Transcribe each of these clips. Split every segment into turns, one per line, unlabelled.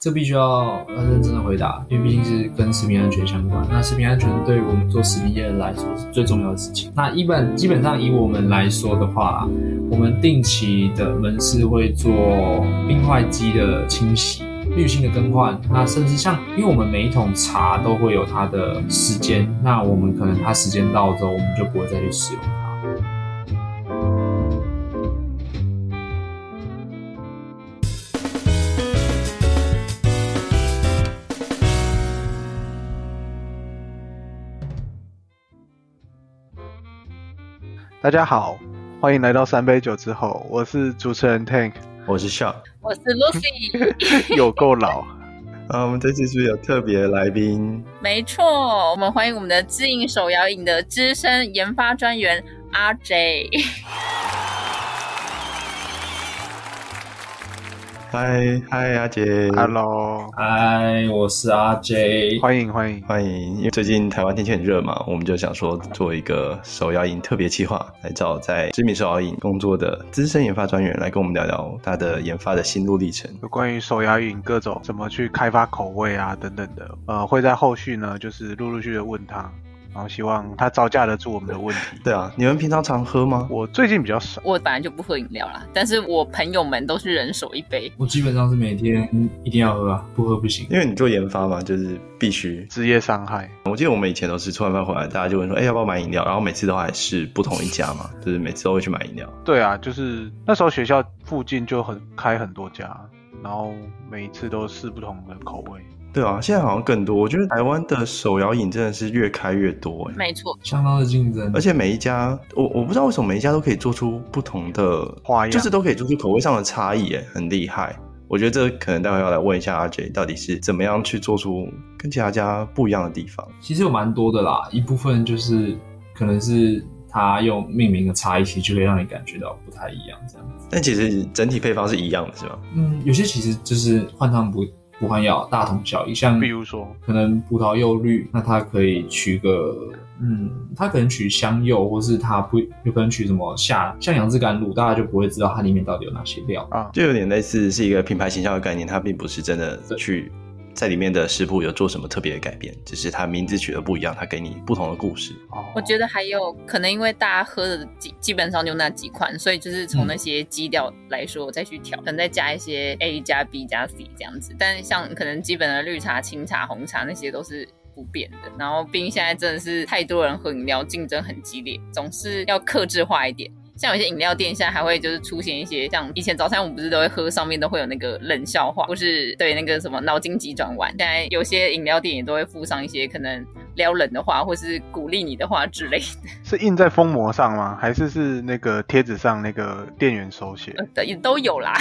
这必须要很认真的回答，因为毕竟是跟食品安全相关。那食品安全对我们做食品业的来说是最重要的事情。那一本基本上以我们来说的话，我们定期的门市会做冰块机的清洗。滤芯的更换，那甚至像，因为我们每一桶茶都会有它的时间，那我们可能它时间到了之后，我们就不会再去使用它。
大家好，欢迎来到三杯酒之后，我是主持人 Tank，
我是 Shaw。
我是 Lucy，
有够 老，
啊，我们这次是不是有特别来宾？
没错，我们欢迎我们的知影手摇影的资深研发专员 RJ。
嗨嗨，阿杰
Hello，
嗨，我是 RJ，
欢迎欢迎，
欢迎。因为最近台湾天气很热嘛，我们就想说做一个手摇饮特别企划，来找在知名手摇饮工作的资深研发专员来跟我们聊聊他的研发的心路历程。
有关于手摇饮各种怎么去开发口味啊等等的，呃，会在后续呢，就是陆陆续续的问他，然后希望他招架得住我们的问题。
对啊，你们平常常喝吗？
我最近比较少，
我本来就不喝饮料啦，但是我朋友们都是人手一杯。
我基本上是每天一定要喝啊，不喝不行。
因为你做研发嘛，就是必须。
职业伤害，
我记得我们以前都是吃完饭回来，大家就问说，哎、要不要买饮料？然后每次都还是不同一家 嘛，就是每次都会去买饮料。
对啊，就是那时候学校附近就很开很多家，然后每一次都试不同的口味。
对啊，现在好像更多。我觉得台湾的手摇饮真的是越开越多、哎
没错，
相当的竞争，
而且每一家，我我不知道为什么每一家都可以做出不同的
花样
就是都可以做出口味上的差异，哎，很厉害。我觉得这可能待会要来问一下阿 J 到底是怎么样去做出跟其他家不一样的地方。
其实有蛮多的啦，一部分就是可能是它用命名的差异，其实就可以让你感觉到不太一样这样子。
但其实整体配方是一样的，是吧？
嗯，有些其实就是换汤不不换药，大同小异。像
比如说，
可能葡萄柚绿，那它可以取个，嗯，它可能取香柚，或是它不有可能取什么夏，像杨枝甘露，大家就不会知道它里面到底有哪些料。
就有点类似是一个品牌形象的概念，它并不是真的
对
去在里面的食谱有做什么特别的改变，只是它名字取的不一样，它给你不同的故事。
哦
我觉得还有可能因为大家喝的基基本上就那几款，所以就是从那些基调来说再去调，可能再加一些 A 加 B 加 C 这样子。但像可能基本的绿茶、清茶、红茶那些都是。不变的，然后毕竟现在真的是太多人喝饮料，竞争很激烈，总是要克制化一点。像有些饮料店现在还会就是出现一些像以前早餐我们不是都会喝，上面都会有那个冷笑话，或是对那个什么脑筋急转弯。现在有些饮料店也都会附上一些可能撩人的话，或是鼓励你的话之类的
是印在封膜上吗？还是是那个贴纸上那个店员手写？
呃的，也都有啦。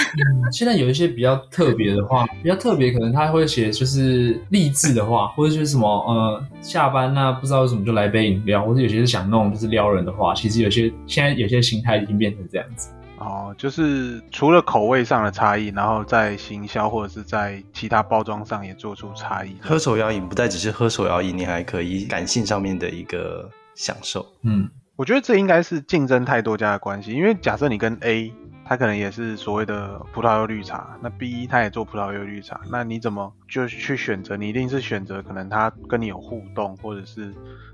现在有一些比较特别的话，比较特别，可能他会写就是励志的话，或者就是什么呃，下班那、不知道为什么就来杯饮料，或者有些是想弄就是撩人的话，其实有些现在有些形态已经变成这样子。
哦，就是除了口味上的差异，然后在行销或者是在其他包装上也做出差异。
喝手摇饮不再只是喝手摇饮，你还可以感性上面的一个享受。
嗯，
我觉得这应该是竞争太多家的关系，因为假设你跟 A，他可能也是所谓的葡萄柚绿茶，那 B 他也做葡萄柚绿茶，那你怎么就去选择？你一定是选择可能他跟你有互动，或者是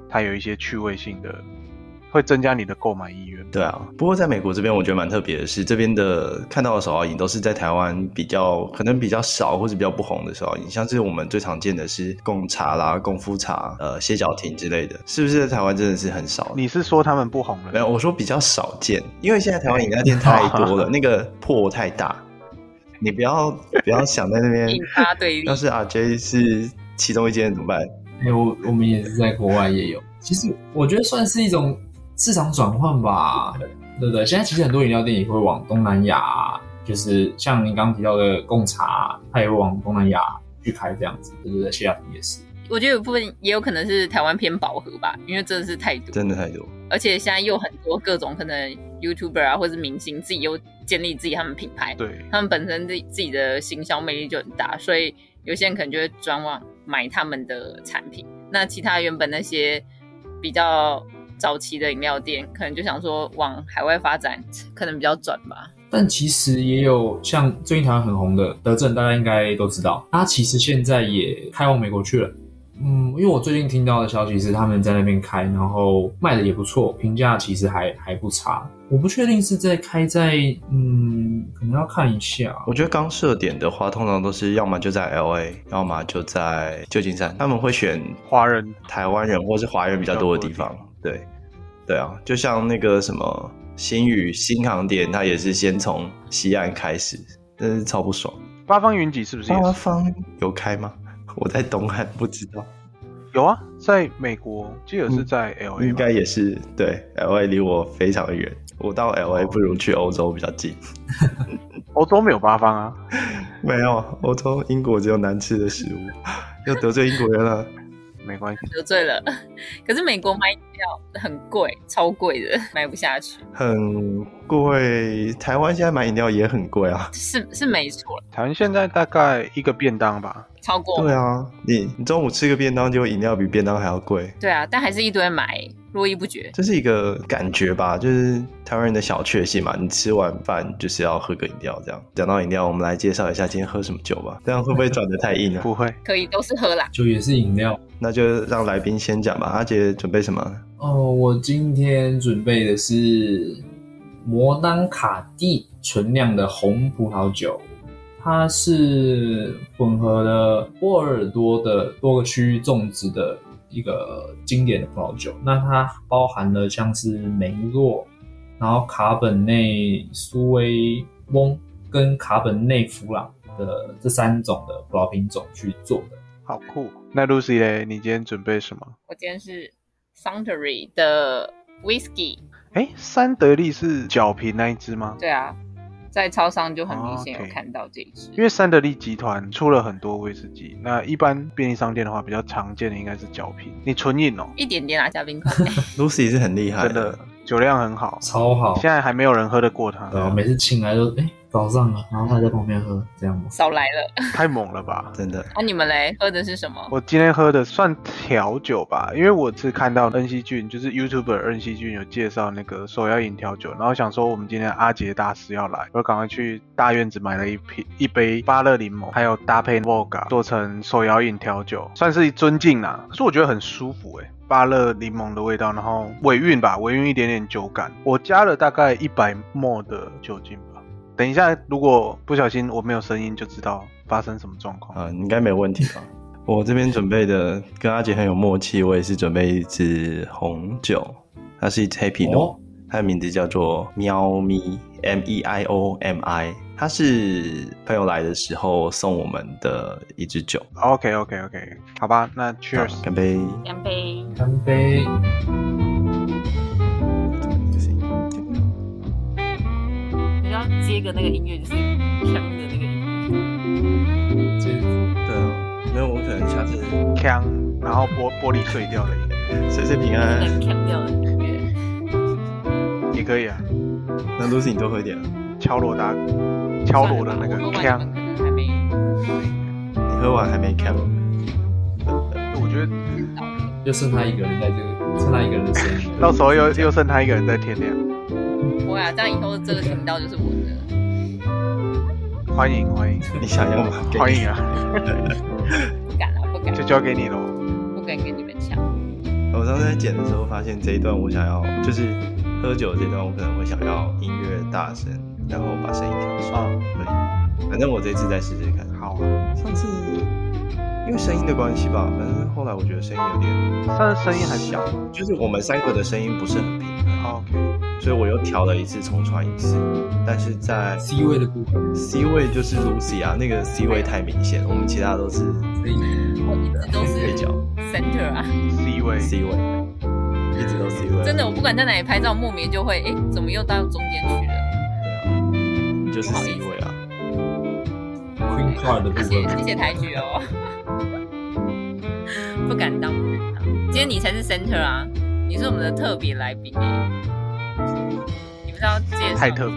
他有一些趣味性的，会增加你的购买意愿。
对啊，不过在美国这边，我觉得蛮特别的是，这边的看到的手摇饮都是在台湾比较可能比较少或者比较不红的手摇饮，像是我们最常见的是贡茶啦、贡夫茶、呃歇脚亭之类的，是不是在台湾真的是很少？
你是说他们不红了？
没有，我说比较少见，因为现在台湾饮料店太多了，那个破太大，你不要不要想在那 边
引发对 立
要，是 RJ 是其中一间怎么办？
哎、我我们也是在国外也有，其实我觉得算是一种市场转换吧，对不对？现在其实很多饮料店也会往东南亚，就是像您刚刚提到的贡茶，它也会往东南亚去开这样子，对不对？谢亚婷也是。
我觉得有部分也有可能是台湾偏饱和吧，因为真的是太多，
真的太多。
而且现在又很多各种可能 YouTuber 啊，或是明星自己又建立自己他们品牌，
对，
他们本身自己自己的行销魅力就很大，所以有些人可能就会专往买他们的产品。那其他原本那些比较早期的饮料店，可能就想说往海外发展，可能比较转吧。
但其实也有像最近台湾很红的德政，大家应该都知道，它其实现在也开往美国去了。嗯，因为我最近听到的消息是他们在那边开，然后卖的也不错，评价其实还还不差。我不确定是在开在嗯，可能要看一下。
我觉得刚设点的话，通常都是要么就在 L A，要么就在旧金山，他们会选
华人
台湾人或是华人比较多的地方。对，对啊，就像那个什么新宇新航点，它也是先从西岸开始，真是超不爽。
八方云集是不是也
八
是？
方有开吗？我在东岸不知道，
有啊，在美国，记得是在 L A
嗯应
吧？
该也是对。L A 离我非常远，我到 L A 不如去欧洲比较近。
欧洲没有八方啊，
没有，欧洲英国只有难吃的食物， 又得罪英国人了。
没关系。
得罪了。可是美国买饮料很贵，超贵的，买不下去，
很贵，台湾现在买饮料也很贵啊。
是是没错，
台湾现在大概一个便当吧，
超过
对啊，你你中午吃个便当，结果饮料比便当还要贵，
对啊，但还是一堆人买，络绎不绝。
这是一个感觉吧，就是台湾人的小确幸嘛。你吃完饭就是要喝个饮料，这样。讲到饮料，我们来介绍一下今天喝什么酒吧，这样会不会转得太硬了、啊
不会。
可以都是喝啦，
就也是饮料
那就让来宾先讲吧。阿杰准备什么？
哦。我今天准备的是摩丹卡蒂纯酿的红葡萄酒，它是混合了波尔多的多个区域种植的一个经典的葡萄酒。那它包含了像是梅洛、然后卡本内苏维翁跟卡本内弗朗的这三种的葡萄品种去做的。
好酷。那 Lucy 嘞，你今天准备什么？
我今天是 Suntory 的 Whisky，
哎，三得利是角瓶那一只吗？
对啊，在超商就很明显
哦，OK
有看到这一支。
因为三得利集团出了很多威士忌，那一般便利商店的话，比较常见的应该是角瓶。你纯饮哦，
一点点 拿嘉宾款，
？Lucy 是很厉害
真的酒量很好，
超好，
现在还没有人喝得过它，
对啊，每次请来都哎、诶早上了，然后他在旁边喝，这样吗？
少来了。啊
太猛了吧！
真的。
那、你们嘞，喝的是什么？
我今天喝的算调酒吧，因为我是看到恩熙俊，就是 YouTuber 恩熙俊有介绍那个手摇饮调酒，然后想说我们今天阿杰大师要来，我就赶快去大院子买了一瓶一杯芭乐柠檬，还有搭配 Vodka 做成手摇饮调酒，算是尊敬啦。可是我觉得很舒服诶、芭乐柠檬的味道，然后尾韵吧，尾韵一点点酒感。我加了大概一百 ml 的酒精吧。等一下，如果不小心我没有声音，就知道发生什么状况。
啊、你应该没问题吧？ 我这边准备的跟阿杰很有默契，我也是准备一支红酒，它是一支黑皮诺，
哦
它的名字叫做喵咪 M E I O M I，它是朋友来的时候送我们的一支酒。
OK OK OK，好吧，那 Cheers，
好干杯！
干杯！
干杯！
你要接个那个音乐，就是锵的那个音乐。
这
对啊，没有我可能下次
锵，然后玻玻璃碎掉了
岁岁平
呃
那
安
个。锵掉的音乐，
也可以啊，
那 Lucy 你多喝一点啊，
敲锣打敲锣的那个
算了
锵
吧，我喝完你们可能还没
你喝完还没看吗？
我觉得
知道。
就剩他一个人在这个，剩他一个人的声音。
到时候又又剩他一个人在天亮，
不会啊，这样以后这个频道就是我的。
欢迎欢迎
你想要吗？给你
欢迎啊，
不敢了、不敢，
就交给你喽。
不敢跟你们抢。
我上次在剪的时候发现这一段我想要，就是喝酒这段我可能会想要音乐大声，然后把声音调小。
哦
对，反正我这次再试试看。
好啊，
上次因为声音的关系吧，反正后来我觉得声音有点，
但是声音很小。
就是我们三个的声音不是很平衡，啊
OK，
所以我又调了一次重传一次，但是在
C 位的部分，
C 位就是 Lucy 啊，那个 C 位太明显，我们其他都是
所以
我一直都
配
是
角
center 啊，
C 位
C 位，一直都 C 位，
真的，我不管在哪里拍照，莫名就会，哎、怎么又到中间去了？
对啊，你就是 C 位啊。
Queen Card 的部
谢
嗯
谢谢
分，
谢抬举哦， 不敢当，不敢当。今天你才是 center 啊，你是我们的特别来宾哎，你不知道介绍一下
太特别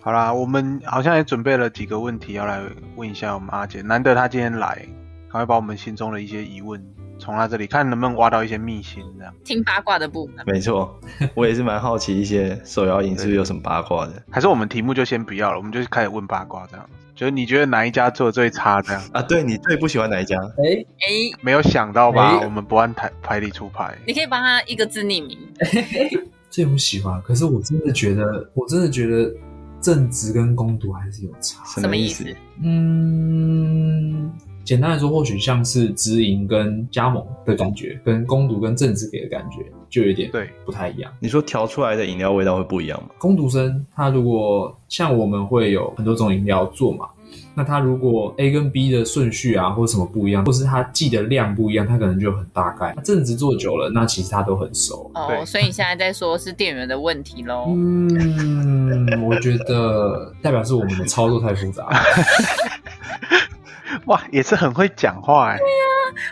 好啦，我们好像也准备了几个问题要来问一下我们阿姐，难得她今天来，赶快把我们心中的一些疑问从他这里看能不能挖到一些秘辛，这样
听八卦的部分。
没错，我也是蛮好奇一些手摇饮是不是有什么八卦的
还是我们题目就先不要了，我们就开始问八卦这样。就是你觉得哪一家做的最差这样？
啊？对你最不喜欢哪一家？
哎
哎、
没有想到吧？
诶
我们不按牌牌理出牌。
你可以帮他一个字匿名，
这我喜欢，可是我真的觉得，我真的觉得正职跟攻读还是有差。
什么
意
意思
嗯，简单来说，或许像是直营跟加盟的感觉，跟攻读跟正职给的感觉就有一点
对
不太一样。
你说调出来的饮料味道会不一样吗？
攻读生他如果像我们会有很多种饮料做嘛，那他如果 A 跟 B 的顺序啊，或什么不一样，或是他记的量不一样，他可能就很大概。正职做久了，那其实他都很熟。
哦，
对
所以你现在在说是店员的问题喽？
嗯，我觉得代表是我们的操作太复杂了。
哇，也是很会讲话哎、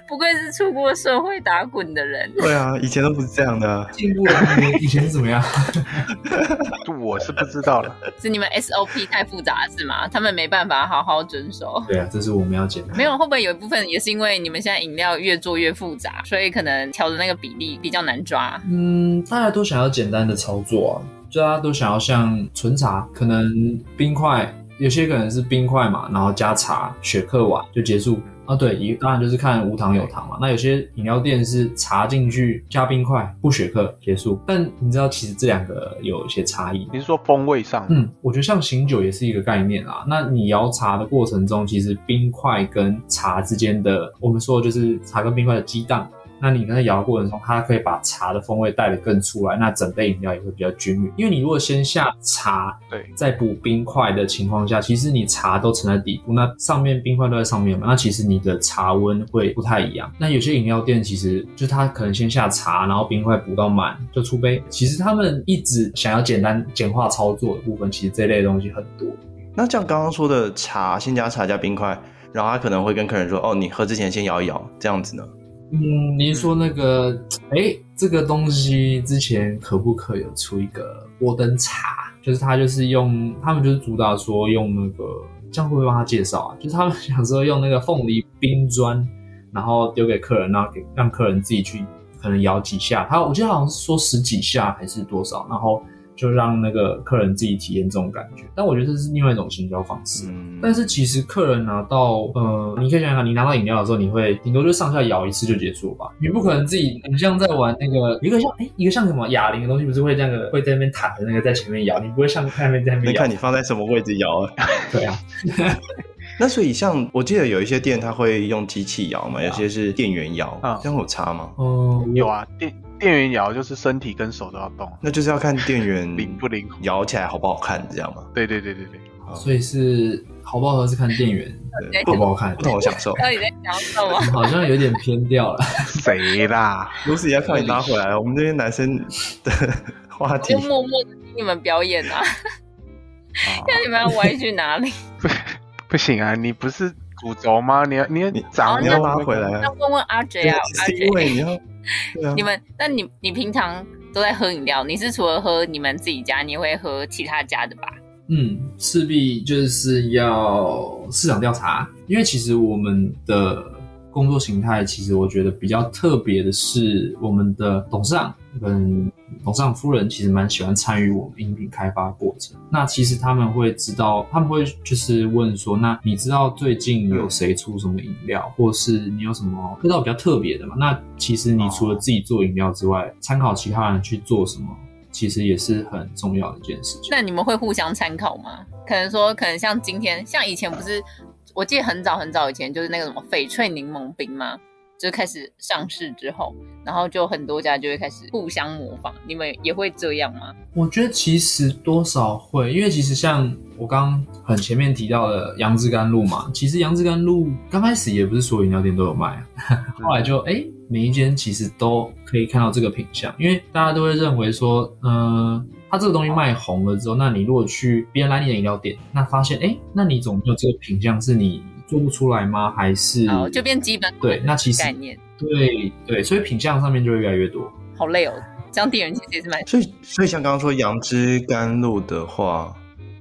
不愧是出过社会打滚的人，
对啊，以前都不是这样的啊、
进步了，以前是怎么样？
我是不知道了。
是你们 SOP 太复杂是吗？他们没办法好好遵守。
对啊，这是我们要解答。
没有，会不会有一部分也是因为你们现在饮料越做越复杂，所以可能调的那个比例比较难抓？
嗯，大家都想要简单的操作啊，就大家都想要像纯茶，可能冰块，有些可能是冰块嘛，然后加茶、雪克碗就结束。啊，对，一当然就是看无糖有糖嘛。那有些饮料店是茶进去加冰块，不雪克结束。但你知道，其实这两个有一些差异。
你是说风味上？
嗯，我觉得像醒酒也是一个概念啊。那你摇茶的过程中，其实冰块跟茶之间的，我们说的就是茶跟冰块的激荡。那你跟它摇的过程中，它可以把茶的风味带得更出来，那整杯饮料也会比较均匀。因为你如果先下茶，
对，
再补冰块的情况下，其实你茶都沉在底部，那上面冰块都在上面嘛，那其实你的茶温会不太一样。那有些饮料店其实就是它可能先下茶，然后冰块补到满就出杯。其实他们一直想要简单简化操作的部分，其实这类的东西很多。
那像刚刚说的茶，先加茶加冰块，然后他可能会跟客人说：“哦，你喝之前先摇一摇，这样子呢。
嗯，您说那个，哎，这个东西之前可不可有出一个波登茶？就是他就是用，他们就是主打说用那个，这样会不会帮他介绍啊？就是他们 想说用那个凤梨冰砖，然后丢给客人，然后给让客人自己去可能摇几下，他我记得好像是说十几下还是多少，然后就让那个客人自己体验这种感觉。但我觉得这是另外一种行销方式。
嗯”
但是其实客人拿到，呃，你可以想想看，你拿到饮料的时候，你会顶多就上下摇一次就结束吧，你不可能自己，你像在玩那个一个像哎、一个像什么哑铃的东西，不是会这样的会在那边弹的那个在前面摇，你不会像看那边在那
那
边摇
看，你放在什么位置摇啊。
对啊，
那所以像我记得有一些店他会用机器摇嘛，
对啊
有些是店员摇，
啊
这样有差吗？
哦、
有啊，店店员摇就是身体跟手都要动。
那就是要看 店员
灵不灵活
摇起来好不好看，这样吗？
对对对对对，
所以是好不好喝是看店员
对
好不好看
不，同的享受。
到底在讲什么？
好像有点偏掉了。
谁啦？
Lucy 要靠你拉回来，我们这边男生的 话
我
题
就默默的听你们表演啊，
啊
看你们要歪去 哪里。
不行啊，你不是主轴吗？你要你要
你
长
你要拉回来啊
那！问问阿 J 啊，阿
是因
J，
为你要对啊
你，们那你你平常都在喝饮料？你是除了喝你们自己家，你也会喝其他家的吧？
嗯，势必就是要市场调查，因为其实我们的工作形态，其实我觉得比较特别的是，我们的董事长跟董事长夫人其实蛮喜欢参与我们饮品开发过程。那其实他们会知道，他们会就是问说，那你知道最近有谁出什么饮料，或是你有什么喝到比较特别的嘛？那其实你除了自己做饮料之外，参考其他人去做什么，其实也是很重要的一件事情。
那你们会互相参考吗？可能说，可能像今天，像以前不是，我记得很早很早以前，就是那个什么翡翠柠檬冰嘛，就开始上市之后，然后就很多家就会开始互相模仿。你们也会这样吗？
我觉得其实多少会，因为其实像我刚刚很前面提到的杨枝甘露嘛，其实杨枝甘露刚开始也不是所有饮料店都有卖啊， 后来就哎、诶每一间其实都可以看到这个品相，因为大家都会认为说，嗯、它这个东西卖红了之后，那你如果去别人来你的饮料店，那发现哎、诶那你总没有这个品相是你做不出来吗？还
嗯
是
哦，就变基本
对？那其实
概念，
对对，所以品相上面就会越来越多。
好累哦。这样店员其实也是蛮
所以所以像刚刚说杨枝甘露的话，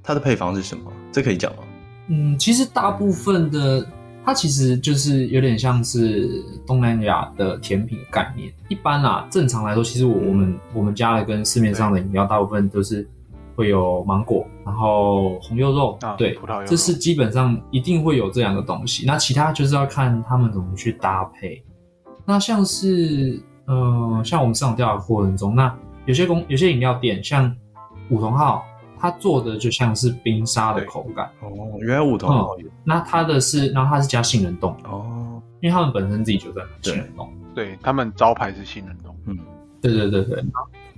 它的配方是什么？这可以讲吗？
嗯，其实大部分的它其实就是有点像是东南亚的甜品概念。一般啦，正常来说，其实
嗯
我我们我们家的跟市面上的饮料大部分都是会有芒果，然后红柚肉，
啊
对，
葡萄柚肉
这是基本上一定会有这两个东西。那其他就是要看他们怎么去搭配。那像是呃，像我们市场调查过程中，那有些公有些饮料店，像五同号，它做的就像是冰沙的
对
口感。
哦，原来五桐好有
那它的是，然后它是加杏仁冻，
哦，
因为他们本身自己就在卖杏仁冻。
对他们招牌是杏仁冻，
嗯
对对对对，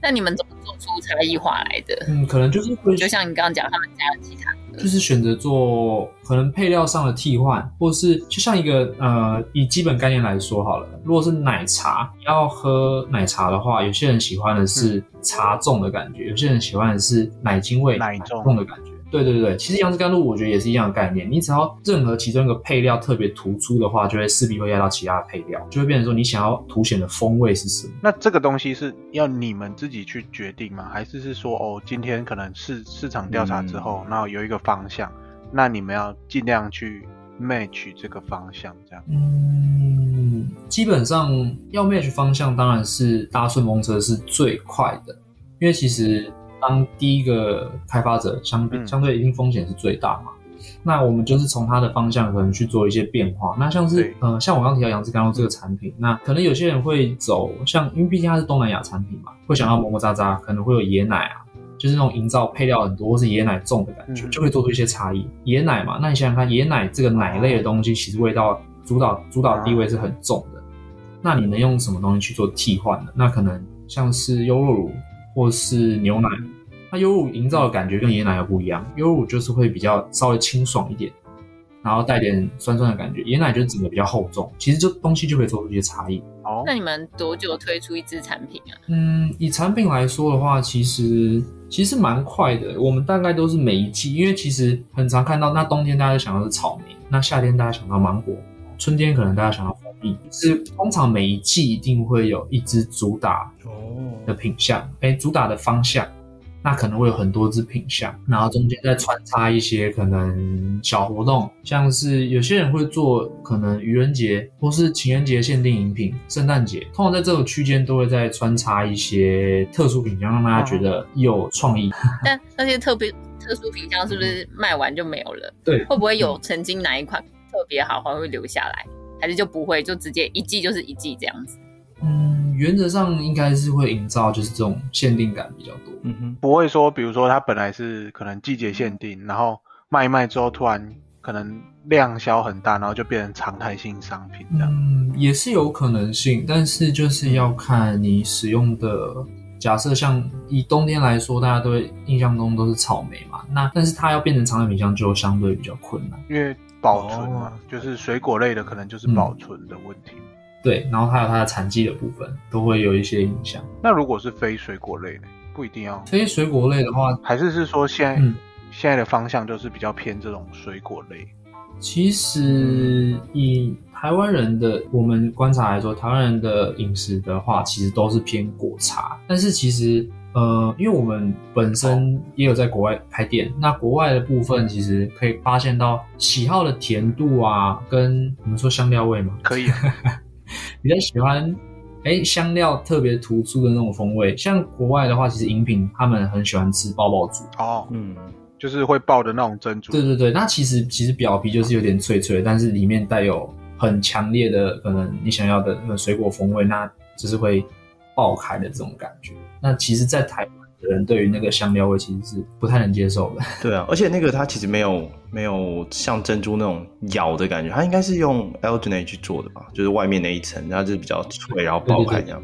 那你们怎么做出差异化来的？
嗯，可能就是会
就像你刚刚讲，他们加了其他
就是选择做可能配料上的替换，或是就像一个呃，以基本概念来说好了，如果是奶茶，你要喝奶茶的话，有些人喜欢的
嗯
是茶重的感觉，有些人喜欢的是奶精味
奶重
的感觉。对对对，其实杨枝甘露我觉得也是一样的概念，你只要任何其中一个配料特别突出的话，就会势必会压到其他的配料，就会变成说你想要凸显的风味是什么。
那这个东西是要你们自己去决定吗？还是是说哦，今天可能市市场调查之后，然后有一个方向，那你们要尽量去 match 这个方向，这样
嗯，基本上要 match 方向当然是搭顺风车是最快的，因为其实当第一个开发者相比、
嗯
相对一定风险是最大嘛。那我们就是从它的方向可能去做一些变化。那像是
对
呃，像我刚刚提到杨枝甘露这个产品，那可能有些人会走像，因为毕竟它是东南亚产品嘛，会
嗯
想要么么喳喳，可能会有椰奶啊，就是那种营造配料很多或是椰奶重的感觉，
嗯
就会做出一些差异。椰奶嘛，那你想想看，椰奶这个奶类的东西，其实味道主导主导地位是很重的。那你能用什么东西去做替换呢？那可能像是优酪乳或是牛奶。那优乳营造的感觉跟椰奶又不一样，优乳就是会比较稍微清爽一点，然后带点酸酸的感觉，椰奶就是整个比较厚重。其实这东西就可以做出一些差异。
哦
那，你们多久推出一支产品啊？
嗯，以产品来说的话，其实其实蛮快的。我们大概都是每一季，因为其实很常看到，那冬天大家想到是草莓，那夏天大家想到芒果，春天可能大家想到蜂蜜。就是通常每一季一定会有一支主打的
哦，
品相，哎、主打的方向，那可能会有很多支品相，然后中间再穿插一些可能小活动，像是有些人会做可能愚人节或是情人节限定饮品、圣诞节，通常在这个区间都会再穿插一些特殊品相，让大家觉得有创意。
但那些特别特殊品相是不是卖完就没有了？
对，
会不会有曾经哪一款 特别好，还会留下来？还是就不会，就直接一季就是一季这样子？
嗯，原则上应该是会营造就是这种限定感比较多。
嗯哼，
不会说，比如说它本来是可能季节限定，然后卖一卖之后突然可能量销很大，然后就变成常态性商品这样。
嗯，也是有可能性，但是就是要看你使用的。假设像以冬天来说，大家都会印象中都是草莓嘛，那但是它要变成常态品相就相对比较困难。
因为保存嘛，
哦
就是水果类的可能就是保存的问题。
对，然后还有它的产季的部分都会有一些影响。
那如果是非水果类呢，不一定要，
非水果类的话，
还是是说现在、
嗯
现在的方向就是比较偏这种水果类，
其实以台湾人的我们观察来说，台湾人的饮食的话，其实都是偏果茶。但是其实呃，因为我们本身也有在国外开店，那国外的部分其实可以发现到喜好的甜度啊，跟我们说香料味嘛，
可 以、啊。
比较喜欢。哎，香料特别突出的那种风味，像国外的话，其实饮品他们很喜欢吃爆爆珠，
哦，
嗯，
就是会爆的那种珍珠。
对对对，那其实其实表皮就是有点脆脆，但是里面带有很强烈的可能你想要的那个水果风味，那就是会爆开的这种感觉。那其实，在台湾的人对于那个香料味其实是不太能接受的。
对啊，而且那个它其实没有没有像珍珠那种咬的感觉，它应该是用 alginate 去做的吧，就是外面那一层，它就是比较脆，然后爆开这样。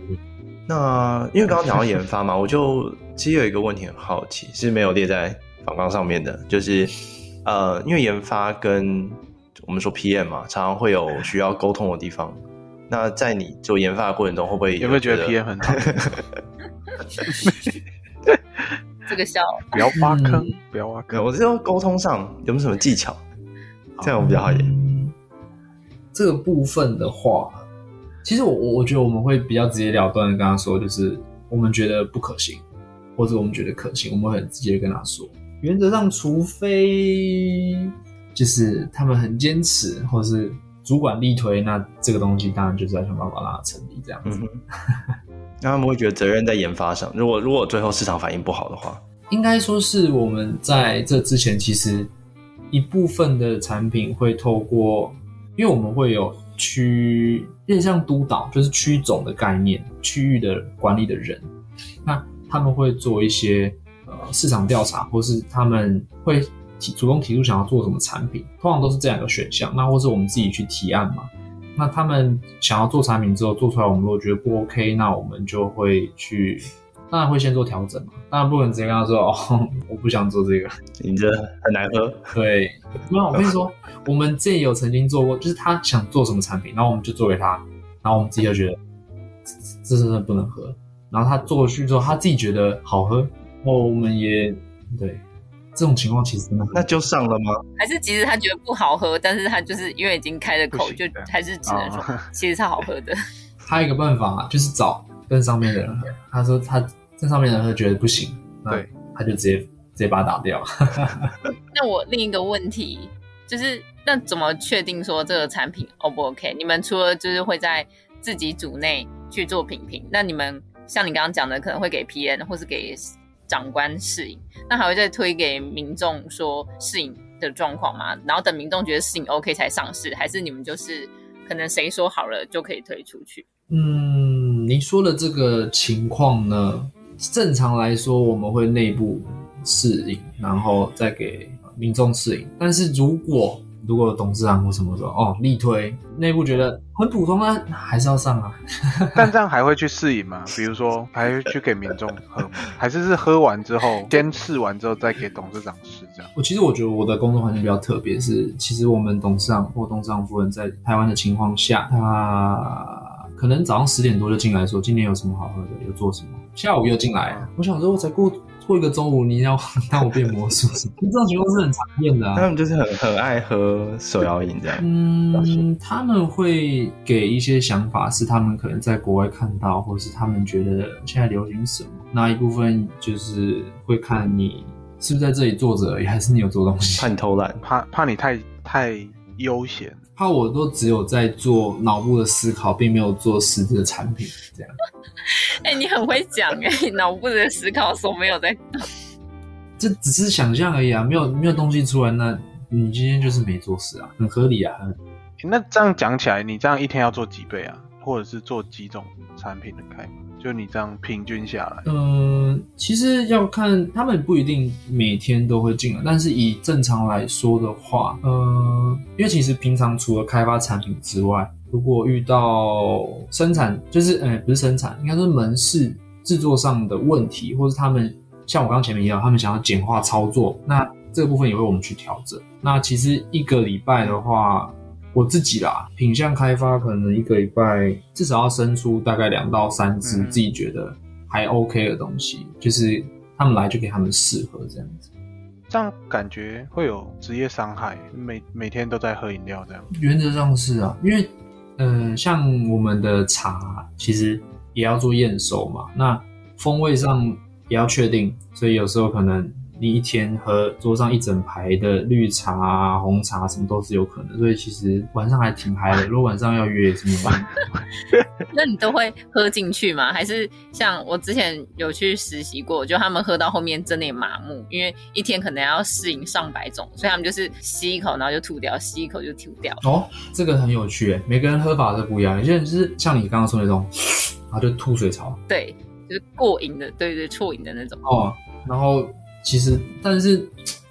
那因为刚刚讲到研发嘛， 我就其实有一个问题很好奇，是没有列在访纲上面的，就是呃，因为研发跟我们说 PM 嘛，常常会 有需要沟通的地方。那在你做研发的过程中，会不会
有没有觉得 PM 很好？
这个笑
不要挖坑，
嗯
不要挖
可能
坑。
我是说沟通上有没有什么技巧？
哦
这样我比较好一点。
嗯这个部分的话，其实我我我觉得我们会比较直截了当的跟他说，就是我们觉得不可行，或者我们觉得可行，我们会很直接的跟他说。原则上，除非就是他们很坚持，或是主管力推，那这个东西当然就是要想办法让它成立这样子。
嗯哼， 那他们会觉得责任在研发上。如果如果最后市场反应不好的话，
应该说是我们在这之前，其实一部分的产品会透过，因为我们会有区，有点像督导，就是区总的概念，区域的管理的人，那他们会做一些呃市场调查，或是他们会提主动提出想要做什么产品，通常都是这两个选项，那或是我们自己去提案嘛。那他们想要做产品之后做出来，我们如果觉得不 OK，那我们就会去，当然会先做调整嘛。当然不能直接跟他说 哦，我不想做这个。
你这很难喝。
对，没有，我跟你说，我们这也有曾经做过，就是他想做什么产品，然后我们就做给他，然后我们自己就觉得这这真的不能喝。然后他做去之后，他自己觉得好喝，然后我们也对这种情况其实真的很
那就上了吗？
还是其实他觉得不好喝，但是他就是因为已经开了口，
不
就
行的
还是只能说
啊
其实是好喝的。
他有一个办法就是找跟上面的人喝。他说他跟上面的人喝觉得不行，那
对，
他就直接直接把它打掉。
那我另一个问题就是，那怎么确定说这个产品 O 不 OK？你们除了就是会在自己组内去做品评，那你们像你刚刚讲的，可能会给 PM 或是给长官试饮，那还会再推给民众说试饮的状况吗？然后等民众觉得试饮 OK 才上市，还是你们就是可能谁说好了就可以推出去？
嗯，您说的这个情况呢，正常来说我们会内部试饮，然后再给民众试饮。但是如果如果董事长或什么说哦力推，内部觉得很普通啊，那还是要上啊。
但这样还会去试饮吗？比如说，还会去给民众喝 吗？还是是喝完之后，先试完之后再给董事长试这样？
我其实我觉得我的工作环境比较特别，是其实我们董事长或董事长夫人在台湾的情况下，他可能早上十点多就进来说今天有什么好喝的，有做什么，下午又进来。我想说，我才过过一个中午，你要 让我变魔术师，这种情况是很常见的
他
啊。
们就是很很爱喝手摇饮这样。
嗯，他们会给一些想法，是他们可能在国外看到，或是他们觉得现在流行什么。那一部分就是会看你是不是在这里坐着而已，还是你有做东西
怕。你偷懒，
怕怕你太太悠闲，
怕我都只有在做脑部的思考，并没有做实质的产品，这样。
哎、你很会讲哎、脑部的思考说没有在
这只是想象而已啊，没有没有东西出来，那你今天就是没做事啊，很合理啊。很
诶那这样讲起来，你这样一天要做几倍啊？或者是做几种产品的开发？就你这样平均下来，
嗯、其实要看他们不一定每天都会进来，但是以正常来说的话，嗯、因为其实平常除了开发产品之外，如果遇到生产，就是呃不是生产，应该说门市制作上的问题，或是他们像我刚刚前面一样，他们想要简化操作，那这个部分也会我们去调整。那其实一个礼拜的话，我自己啦，品相开发可能一个礼拜至少要生出大概两到三支
嗯
自己觉得还 OK 的东西，就是他们来就给他们适合这样子。
这样感觉会有职业伤害，每每天都在喝饮料这样。
原则上是啊，因为呃，像我们的茶其实也要做验收嘛，那风味上也要确定，所以有时候可能你一天喝桌上一整排的绿茶啊、红茶什么都是有可能，所以其实晚上还挺嗨的。如果晚上要约也是没有问题。
那你都会喝进去吗？还是像我之前有去实习过，就他们喝到后面真的也麻木，因为一天可能要适应上百种，所以他们就是吸一口然后就吐掉，吸一口就吐掉。
哦，这个很有趣诶，每个人喝法是不一样，有些人就是像你刚刚说的那种，然后就吐水槽
对，就是过瘾的，对对，错瘾的那种。
哦，然后其实但是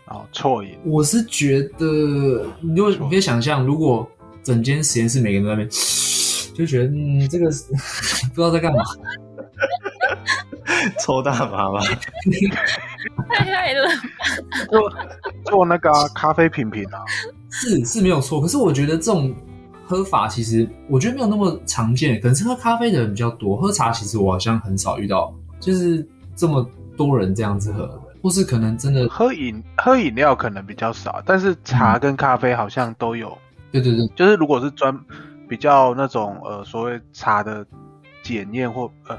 哦，错饮，
我是觉得，你就你可以想象，如果整间实验室每个人都在那边， 就觉得嗯，这个是 不知道在干嘛。
抽大麻吗？
太嗨了，
做那个啊、咖啡品品啊，
是是没有错，可是我觉得这种喝法其实我觉得没有那么常见，可能是喝咖啡的人比较多，喝茶其实我好像很少遇到，就是这么多人这样子喝，或是可能真的，
喝饮喝饮料可能比较少，但是茶跟咖啡好像都有。
对对对，
就是如果是专比较那种呃所谓茶的检验或呃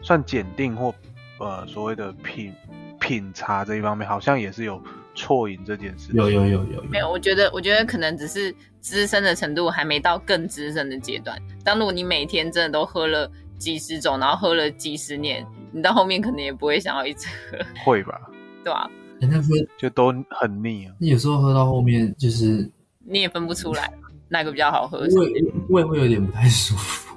算检定或呃所谓的品品茶这一方面，好像也是有错饮这件事。
有有有有
没有，我觉得，我觉得可能只是资深的程度还没到更资深的阶段。当如果你每天真的都喝了几十种，然后喝了几十年，你到后面可能也不会想要一直 喝，
会吧？
对吧、啊？
欸那分
就都很腻啊。
那有时候喝到后面就是
你也分不出来哪个比较好喝，
胃胃会有点不太舒服，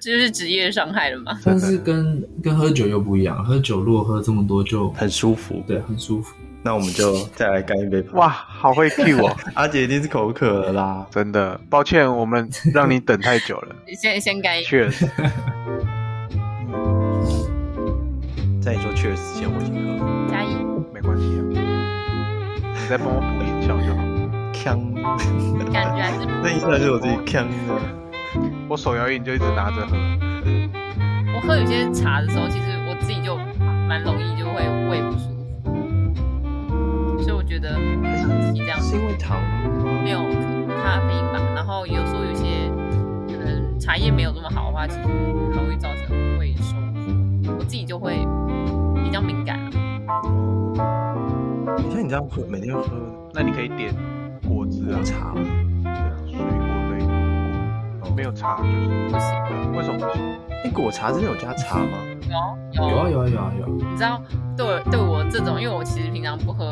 这就是职业伤害了嘛？
但是跟跟喝酒又不一样，喝酒如果喝这么多就
很舒服。
对很舒服。
那我们就再来干一杯吧。
哇，，好会 Q 哦，
阿姐一定是口渴了啦。
真的，抱歉，我们让你等太久了。
先先干一，
Cheers，
在你说 cheers 之前，我已经喝了。
加一，
没关系啊，啊你再帮我补音效就好。
呛，
感觉还是
那一下是我自己呛的。
我手摇饮就一直拿着喝，
我喝有些茶的时候，其实我自己就蛮容易就会胃不舒服，所以我觉得长期这样
是因为糖
没有咖啡因吧，然后有时候有些可能茶叶没有这么好的话，其实很容易造成胃受不我自己就会比较敏感、啊，
像你这样喝，每天喝
那你可以点果汁啊
果，茶吗，
水果类果，哦没有茶就是
不行。
为什么不行？
哎，果茶真的有加茶吗？
有
有啊有啊有啊有啊，
你知道，对我对我这种，因为我其实平常不喝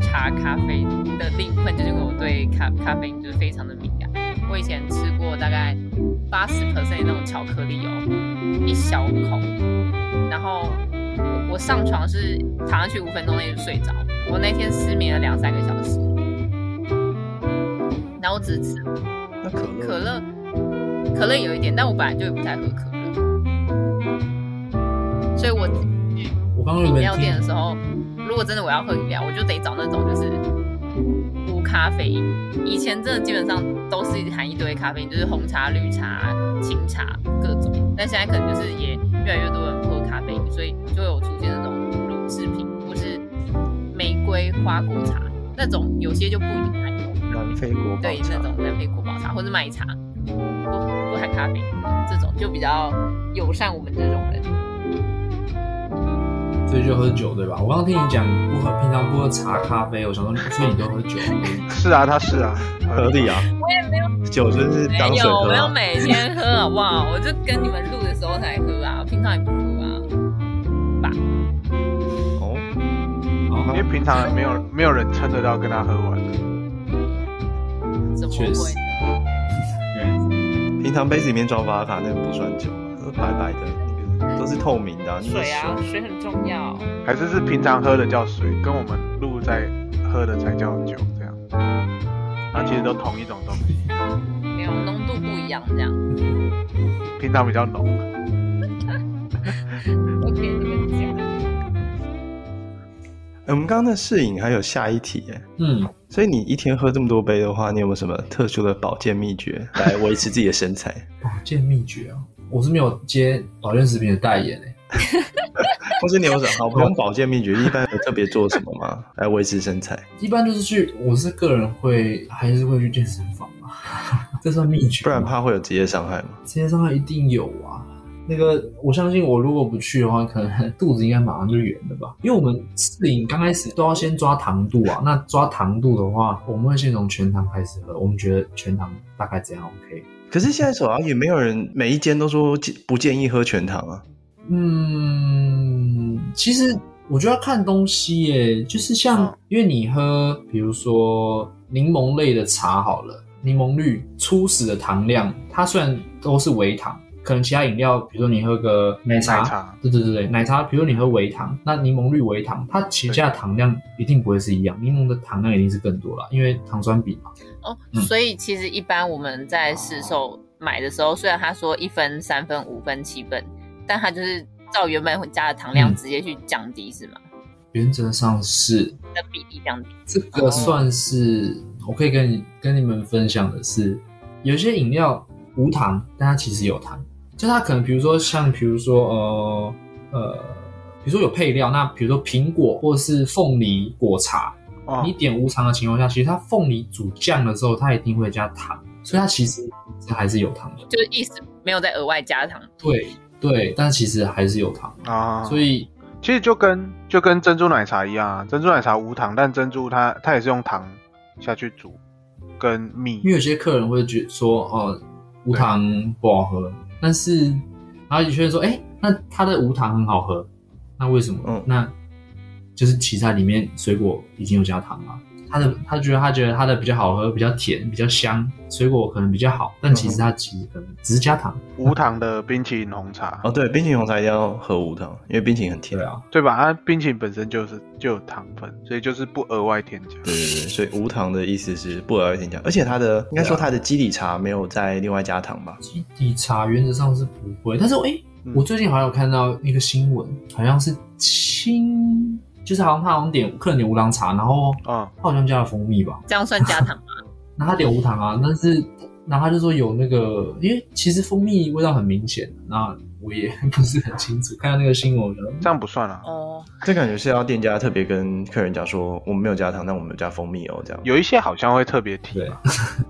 茶、咖啡的另一部分，就是因为我对咖咖啡因就是非常的敏感。我以前吃过大概八十 percent 那种巧克力哦，一小口，然后我我上床是躺上去五分钟内就睡着，我那天失眠了两三个小时，然后我只吃
那可乐，
可乐，可乐有一点，但我本来就也不太喝可乐，所以我
我刚刚
饮
原
料
本
店
听
的时候，如果真的我要喝饮料，我就得找那种就是无咖啡因。以前真的基本上都是含一堆咖啡因，就是红茶、绿茶、清茶各种。但现在可能就是也越来越多人不喝咖啡因，所以就有出现那种乳制品或是玫瑰花果茶那种，有些就不一定含有。
南非国宝
对那
茶
种南非国宝茶或者麦茶，不不含咖啡这种，就比较友善我们这种人。
所以就喝酒对吧？我刚刚听你讲不喝平常不喝茶咖啡，我想说所以你都喝酒，
是啊，他是啊，
合理啊。
我也没有
酒就是
没
当水
有，
喝
我要
啊。
每天喝好不 好？我就跟你们录的时候才喝啊，平常也不喝啊。
哦，
因为
哦，
平常没有没有人撑得到跟他喝完的。
怎么
确
会
实
呢？
平常杯子里面装巴卡那个不算酒啊，都是白白的，那个都是透明的、啊，那个
水啊，水很重要。
还是是平常喝的叫水，跟我们录在喝的才叫酒这样。那其实都同一种东西，
没有浓度不一样，这样。
平常比较浓。
我给你们讲，
哎、我们刚刚的试饮还有下一题耶，
嗯，
所以你一天喝这么多杯的话，你有没有什么特殊的保健秘诀来维持自己的身材？
保健秘诀哦，我是没有接保健食品的代言诶、欸
或是你有什么好不用保健秘诀，一般有特别做什么 吗？来维持身材？
一般就是去，我是个人会还是会去健身房嘛， 这算秘诀吗，
不然怕会有职业伤害吗？
这些伤害一定有啊。那个，我相信我如果不去的话，可能 肚子应该马上就圆了吧。因为我们摄影刚开始都要先抓糖度啊，那抓糖度的话，我们会先从全糖开始喝，我们觉得全糖大概怎样 OK。
可是现在手摇也没有人，每一间都说建不建议喝全糖啊。
嗯，其实我觉得要看东西耶，就是像
嗯
因为你喝，比如说柠檬类的茶好了，柠檬绿初始的糖量，它虽然都是微糖，可能其他饮料，比如说你喝个奶茶，
奶茶
啊对对对对，奶茶，比如说你喝微糖，那柠檬绿微糖，它旗下的糖量一定不会是一样，柠檬的糖量一定是更多啦，因为糖酸比嘛。
哦
嗯，
所以其实一般我们在市售买的时候，虽然他说一分、三分、五分、七分，但他就是照原本加的糖量
嗯
直接去降低，是吗？
原则上是
的比例降低。
这个算是我可以跟你跟你们分享的是，有些饮料无糖，但它其实有糖，就它可能比如说像比如说呃呃，比如说有配料，那比如说苹果或是凤梨果茶，
哦
你，点无糖的情况下，其实它凤梨煮酱的时候，它一定会加糖，所以它其实还是有糖的。
就是意思没有再额外加糖。
对对，但其实还是有糖，
啊，
所以
其实就跟就跟珍珠奶茶一样啊，珍珠奶茶无糖，但珍珠它它也是用糖下去煮，跟蜜
因为有些客人会觉得说哦无糖不好喝，但是然后有些人说哎、那它的无糖很好喝，那为什么？
嗯
那就是其实它里面水果已经有加糖了。它的他觉得他觉得它的比较好喝，比较甜，比较香，水果可能比较好，但其实它其实可能只是加糖。
无糖的冰淇淋红茶，
哦，对，冰淇淋红茶一定要喝无糖，因为冰淇淋很甜。
对啊，
对吧？它冰淇淋本身就是就有糖分，所以就是不额外添加。
对对对，所以无糖的意思是不额外添加，而且它的应该说它的基底茶没有再另外加糖吧？
基底茶原则上是不会，但是哎、诶
嗯
我最近好像有看到一个新闻，好像是清，就是好像他好像点客人点无糖茶，然后
嗯，
他好像加了蜂蜜吧，
这样算加糖吗？
那他点无糖啊，但是然后他就说有那个，因为其实蜂蜜味道很明显，那我也 不是很清楚，看到那个新闻我就
这样不算啊。
哦，
这感觉是要店家特别跟客人讲说，我们没有加糖，但我们有加蜂蜜哦，这样。
有一些好像会特别提
对
吧，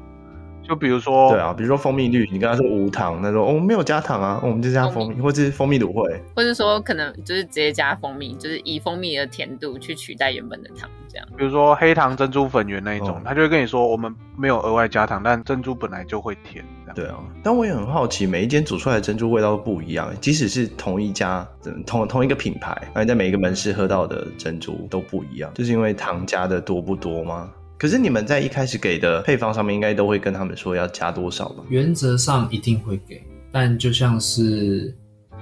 就比如说，
对啊，比如说蜂蜜绿，你跟他说无糖，他说哦我们没有加糖啊，我们就加蜂蜜，或者是蜂蜜芦荟。
或者说可能就是直接加蜂蜜，就是以蜂蜜的甜度去取代原本的糖，这样。
比如说黑糖珍珠粉圆那一种，
哦
他就会跟你说我们没有额外加糖，但珍珠本来就会甜，这样
对啊，但我也很好奇，每一间煮出来的珍珠味道都不一样，即使是同一家、嗯同同一个品牌，那你在每一个门市喝到的珍珠都不一样，就是因为糖加的多不多吗？可是你们在一开始给的配方上面，应该都会跟他们说要加多少吧？
原则上一定会给，但就像是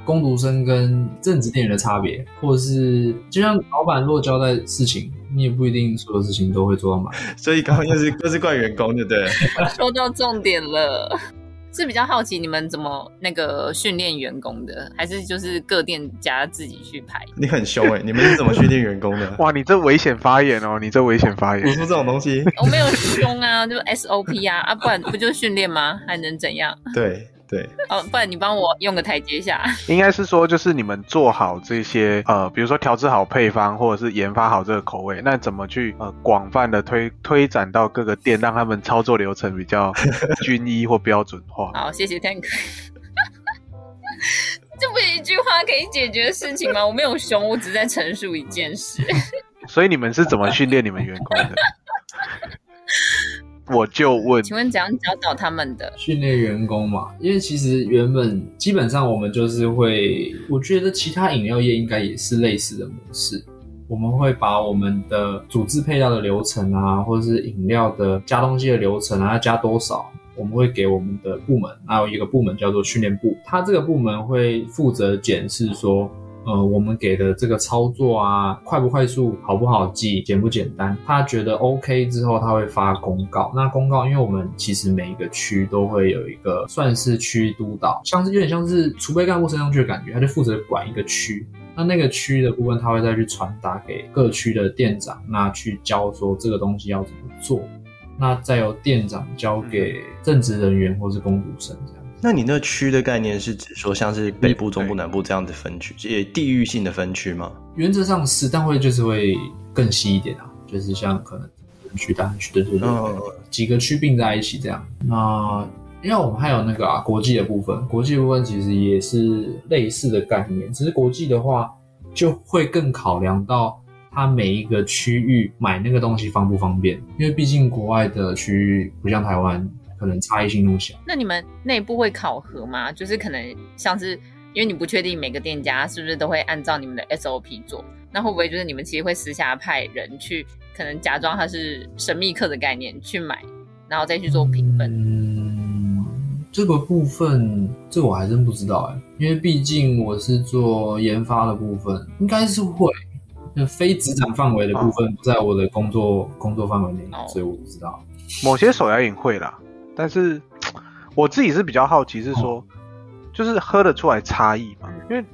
工读生跟正职店员的差别，或者是就像老板若交代事情，你也不一定所有事情都会做到满。
所以刚刚又是又是怪员工，对不对？
说到重点了，是比较好奇你们怎么那个训练员工的，还是就是各店家自己去排？
你很凶 哎、你们是怎么训练员工的？
哇，你这危险发言哦，你这危险发
煮
言
出。这种东西，
我哦没有凶啊，就 SOP 啊，啊，不然不就训练吗？还能怎样？
对对，
哦，不然你帮我用个台阶下。
应该是说，就是你们做好这些呃，比如说调制好配方，或者是研发好这个口味，那怎么去呃广泛的推推展到各个店，让他们操作流程比较均一或标准化？
好，谢谢 Tank。这不一句话可以解决事情吗？我没有凶，我只是在陈述一件事。
所以你们是怎么训练你们员工的？我就问，
请问怎样教导他们的？
训练员工嘛，因为其实原本基本上我们就是会，我觉得其他饮料业应该也是类似的模式。我们会把我们的主制配料的流程啊，或者是饮料的加东西的流程啊，要加多少，我们会给我们的部门，还有一个部门叫做训练部，它这个部门会负责检视说呃，我们给的这个操作啊，快不快速，好不好记，简不简单，他觉得 OK 之后，他会发公告。那公告，因为我们其实每一个区都会有一个算是区督导，像是有点像是储备干部升上去的感觉，他就负责管一个区。那那个区的部分，他会再去传达给各区的店长，那去教说这个东西要怎么做，那再由店长交给正职人员或是工读生这样。
那你那区的概念是指说像是北部、中部、南部这样的分区，也地域性的分区吗？
原则上是，但会就是会更细一点啊，就是像可能区、大安区，对对对，
嗯
几个区并在一起这样。那因为我们还有那个啊，国际的部分，国际的部分其实也是类似的概念，只是国际的话就会更考量到它每一个区域买那个东西方不方便，因为毕竟国外的区域不像台湾，可能差异性那么小。
那你们内部会考核吗？就是可能像是因为你不确定每个店家是不是都会按照你们的 SOP 做，那会不会就是你们其实会私下派人去，可能假装它是神秘客的概念去买，然后再去做评分？
嗯，这个部分这个我还真不知道哎、因为毕竟我是做研发的部分，应该是会。那非职场范围的部分不在我的工作工作范围内
哦，
所以我不知道。
某些手摇饮会啦，但是我自己是比较好奇，是
哦
说、就是喝得出来差异嘛？因为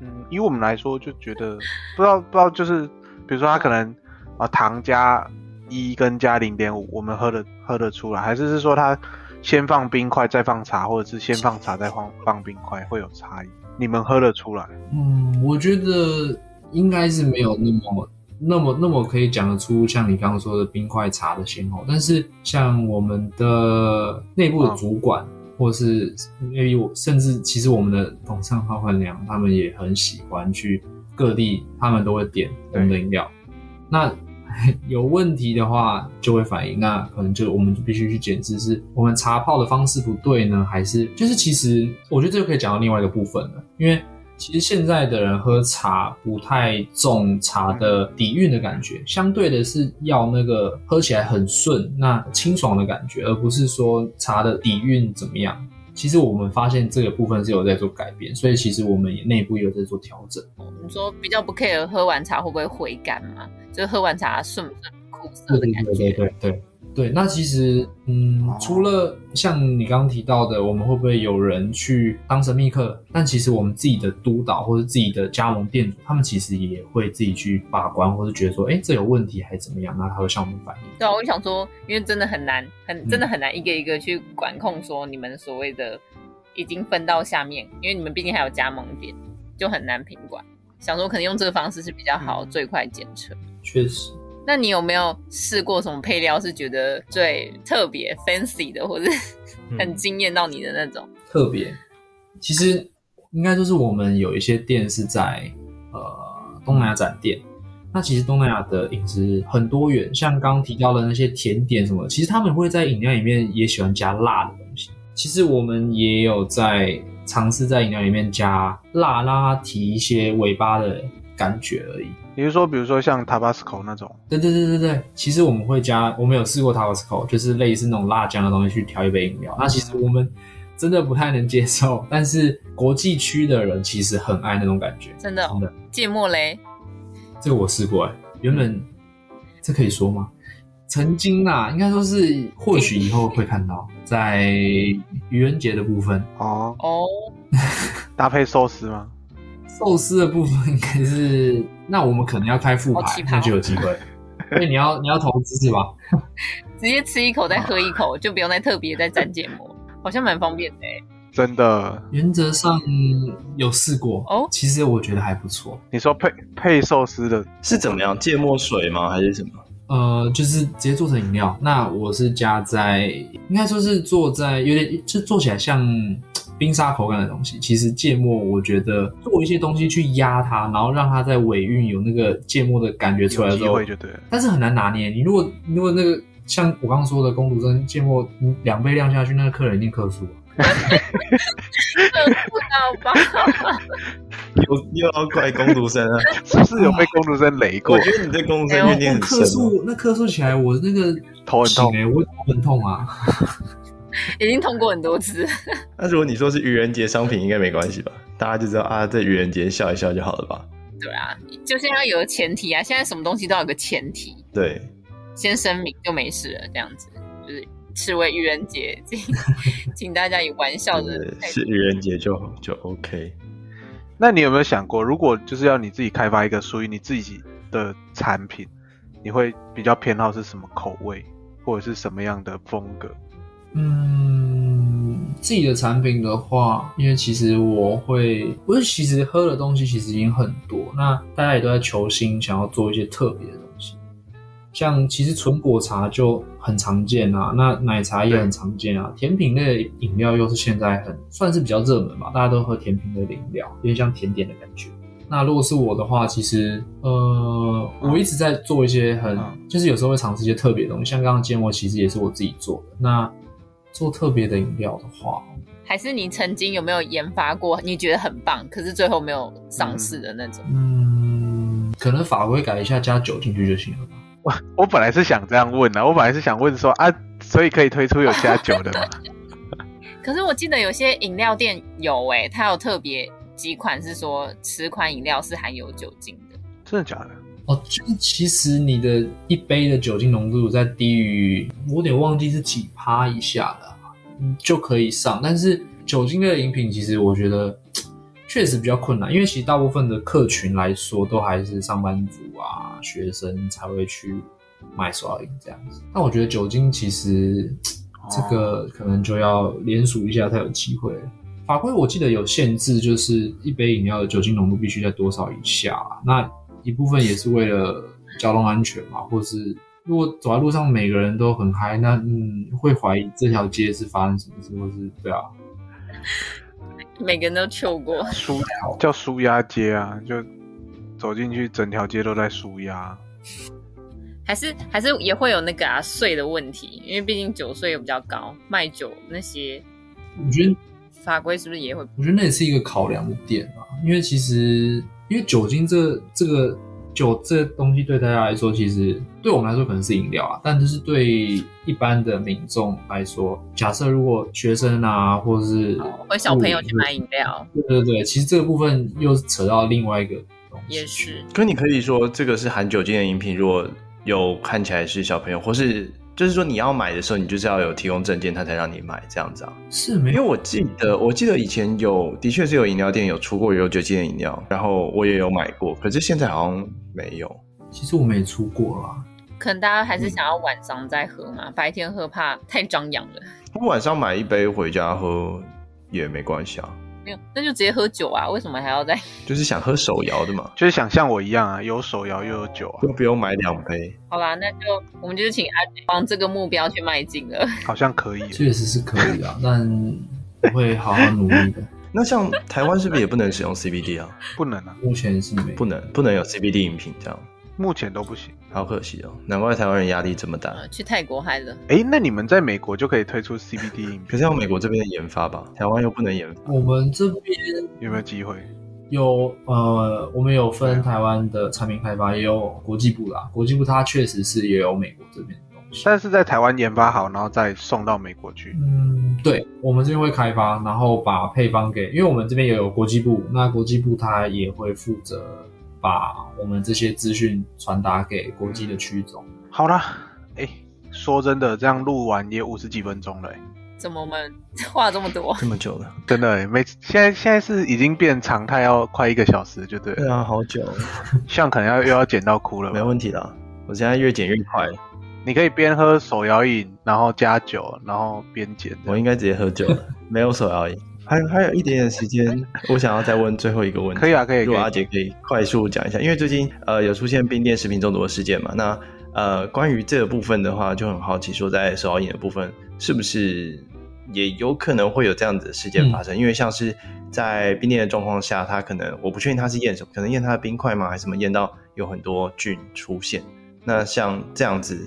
嗯，以我们来说就觉得不知道不知道，就是比如说他可能啊、糖加一跟加零点五，我们喝的喝得出来，还是是说他先放冰块再放茶，或者是先放茶再放放冰块会有差异？你们喝得出来？
嗯，我觉得应该是没有那么那么那么可以讲得出像你刚刚说的冰块茶的先后，但是像我们的内部的主管，或是 maybe 我甚至其实我们的董事长、老板娘他们也很喜欢去各地他们都会点我们的饮料。那有问题的话就会反映，那可能就我们就必须去检视，是我们茶泡的方式不对呢，还是就是其实我觉得这个可以讲到另外一个部分了，因为其实现在的人喝茶不太重茶的底蕴的感觉，相对的是要那个喝起来很顺、那清爽的感觉，而不是说茶的底蕴怎么样。其实我们发现这个部分是有在做改变，所以其实我们也内部也有在做调整。
你说比较不 care 喝完茶会不会回甘嘛？就是喝完茶顺不顺苦涩的感觉。
对对对对，那其实，嗯，除了像你刚刚提到的，我们会不会有人去当神秘客？但其实我们自己的督导或者自己的加盟店主，他们其实也会自己去把关，或是觉得说，哎，这有问题还是怎么样，那他会向我们反映。
对啊，我就想说，因为真的很难，很真的很难一个一个去管控说你们所谓的已经分到下面，因为你们毕竟还有加盟点，就很难品管。想说可能用这个方式是比较好，最快检测。
确实，
那你有没有试过什么配料是觉得最特别 fancy 的，或者很惊艳到你的那种？
特别，其实应该就是我们有一些店是在呃东南亚展店。那其实东南亚的饮食很多元，像刚刚提到的那些甜点什么的，其实他们会在饮料里面也喜欢加辣的东西。其实我们也有在尝试在饮料里面加辣，让它提一些尾巴的感觉而已。
你是说，比如说像 Tabasco 那种，
对对对对对，其实我们会加，我们有试过 Tabasco，就是类似那种辣酱的东西去调一杯饮料。那其实我们真的不太能接受，但是国际区的人其实很爱那种感觉。
真的哦
真的，
芥末雷，
这个我试过哎、原本这可以说吗？曾经啦，应该说是或许以后会看到，在愚人节的部分，
哦，
哦，
搭配寿司吗？
寿司的部分应该是，那我们可能要开复
好
牌
奇，葩
那就有机会。所以你要你要投资是吧？
直接吃一口再喝一口，就不用再特别再沾芥末，好像蛮方便的欸
真的，
原则上有试过
哦
其实我觉得还不错。
你说配配寿司的，
是怎么样？芥末水吗？还是什么？
呃，就是直接做成饮料。那我是加在，应该说是做在有点，就做起来像冰沙口感的东西。其实芥末，我觉得做一些东西去压它，然后让它在尾韵有那个芥末的感觉出来
有
的时
机
候
会，就对了。
但是很难拿捏。你如果如果那个像我刚刚说的公主跟芥末你两倍量下去，那个客人一定客诉。
饿不到吧？
又又要怪攻读生 啊！
是不是有被工读生雷过
我？觉得你对攻读生
哎呦
怨念很
客
深哦、
诉那客诉起来，我那个
头很
醒
痛
欸我很痛啊。
已经通过很多次，
那如果你说是愚人节商品，应该没关系吧？大家就知道啊，在愚人节笑一笑就好了吧？
对啊，就是要有个前提啊。现在什么东西都有个前提，
对，
先声明就没事了，这样子就是视为愚人节， 请请大家以玩笑的
就是
态度
是愚人节就就 OK。
那你有没有想过，如果就是要你自己开发一个属于你自己的产品，你会比较偏好是什么口味，或者是什么样的风格？
嗯，自己的产品的话，因为其实我会，不是其实喝的东西其实已经很多，那大家也都在求新，想要做一些特别的东西。像其实纯果茶就很常见啊，那奶茶也很常见啊，甜品类的饮料又是现在很算是比较热门吧，大家都喝甜品类的饮料，有点像甜点的感觉。那如果是我的话，其实呃，我一直在做一些很，
嗯
就是有时候会尝试一些特别的东西，像刚刚芥末其实也是我自己做的。那做特别的饮料的话，
还是你曾经有没有研发过你觉得很棒，可是最后没有上市的那种？
嗯，可能法规改一下，加酒进去就行了吧。
我本来是想这样问的、我本来是想问说啊，所以可以推出有加酒的吗？
可是我记得有些饮料店有诶、它有特别几款是说此款饮料是含有酒精的。
真的假的？
哦，就是其实你的一杯的酒精浓度在低于，我有点忘记是几趴以下了，嗯就可以上。但是酒精类的饮品，其实我觉得确实比较困难，因为其实大部分的客群来说，都还是上班族啊、学生才会去买手摇饮这样子。但我觉得酒精其实这个可能就要联署一下才有机会了。法规我记得有限制，就是一杯饮料的酒精浓度必须在多少以下啊、那一部分也是为了交通安全嘛，或是如果走在路上每个人都很嗨，那嗯会怀疑这条街是发生什么事，或是对啊，
每个人都嗅过，
舒叫舒压街啊，就走进去整条街都在输压，
还是还是也会有那个啊税的问题，因为毕竟酒税又比较高，卖酒那些
我觉得
法规是不是也会？
我觉得那也是一个考量的点啊，因为其实因为酒精这这个酒这东西对大家来说，其实对我们来说可能是饮料啊，但就是对一般的民众来说，假设如果学生啊，或是
会哦小
嗯
朋友去买饮料，
对对对，其实这个部分又扯到另外一个东西，
也是
可你可以说这个是含酒精的饮品，如果有看起来是小朋友，或是就是说你要买的时候，你就是要有提供证件，他才让你买这样子啊。
是没
因为
有
我记
嗯
得，我记得以前有，的确是有饮料店有出过有酒精的饮料，然后我也有买过，可是现在好像没有。
其实我们也出过啦，
可能大家还是想要晚上再喝嘛，白天喝怕太张扬了。
我晚上买一杯回家喝也没关系啊，
没有，那就直接喝酒啊，为什么还要再？
就是想喝手摇的嘛，
就是想像我一样啊，有手摇又有酒啊，
又不用买两杯。
好啦，那就我们就是请阿杰往这个目标去迈进了。
好像可以。
确实是可以啊， 但我会好好努力的。
那像台湾是不是也不能使用 CBD 啊？
不能啊，
目前是没有
不能，不能有 CBD 饮品这样，
目前都不行。
好可惜哦，难怪台湾人压力这么大。
呃去泰国嗨了，
哎，那你们在美国就可以推出 CBD 饮
可
品，
是要美国这边的研发吧，台湾又不能研发。
我们这边
有没有机会？
有呃，我们有分台湾的产品开发，也有国际部啦。国际部它确实是也有美国这边的东西。
但是在台湾研发好，然后再送到美国去。
嗯，对，我们这边会开发，然后把配方给，因为我们这边也有国际部，那国际部它也会负责把我们这些资讯传达给国际的区总。
好啦，哎，说真的，这样录完也五十几分钟了诶，
怎么我们 话这么多？
这么久了，
真的诶，每次现在现在是已经变常态，要快一个小时就对了
对。啊，好久了，
像可能要又要剪到哭了
没
吧。
问题啦。我现在越剪越快了，
你可以边喝手摇饮，然后加酒，然后边剪。
我应该直接喝酒了，没有手摇饮。还有还有一点点时间，我想要再问最后一个问题。
可以啊，可以。可
如果
以
阿杰可以快速讲一下，因为最近呃有出现冰店食品中毒的事件嘛，那呃关于这个部分的话，就很好奇说在手摇饮的部分是不是也有可能会有这样子的事件发生？因为像是在冰店的状况下，它可能我不确定它是验什么，可能验它的冰块吗，还是什么验到有很多菌出现？那像这样子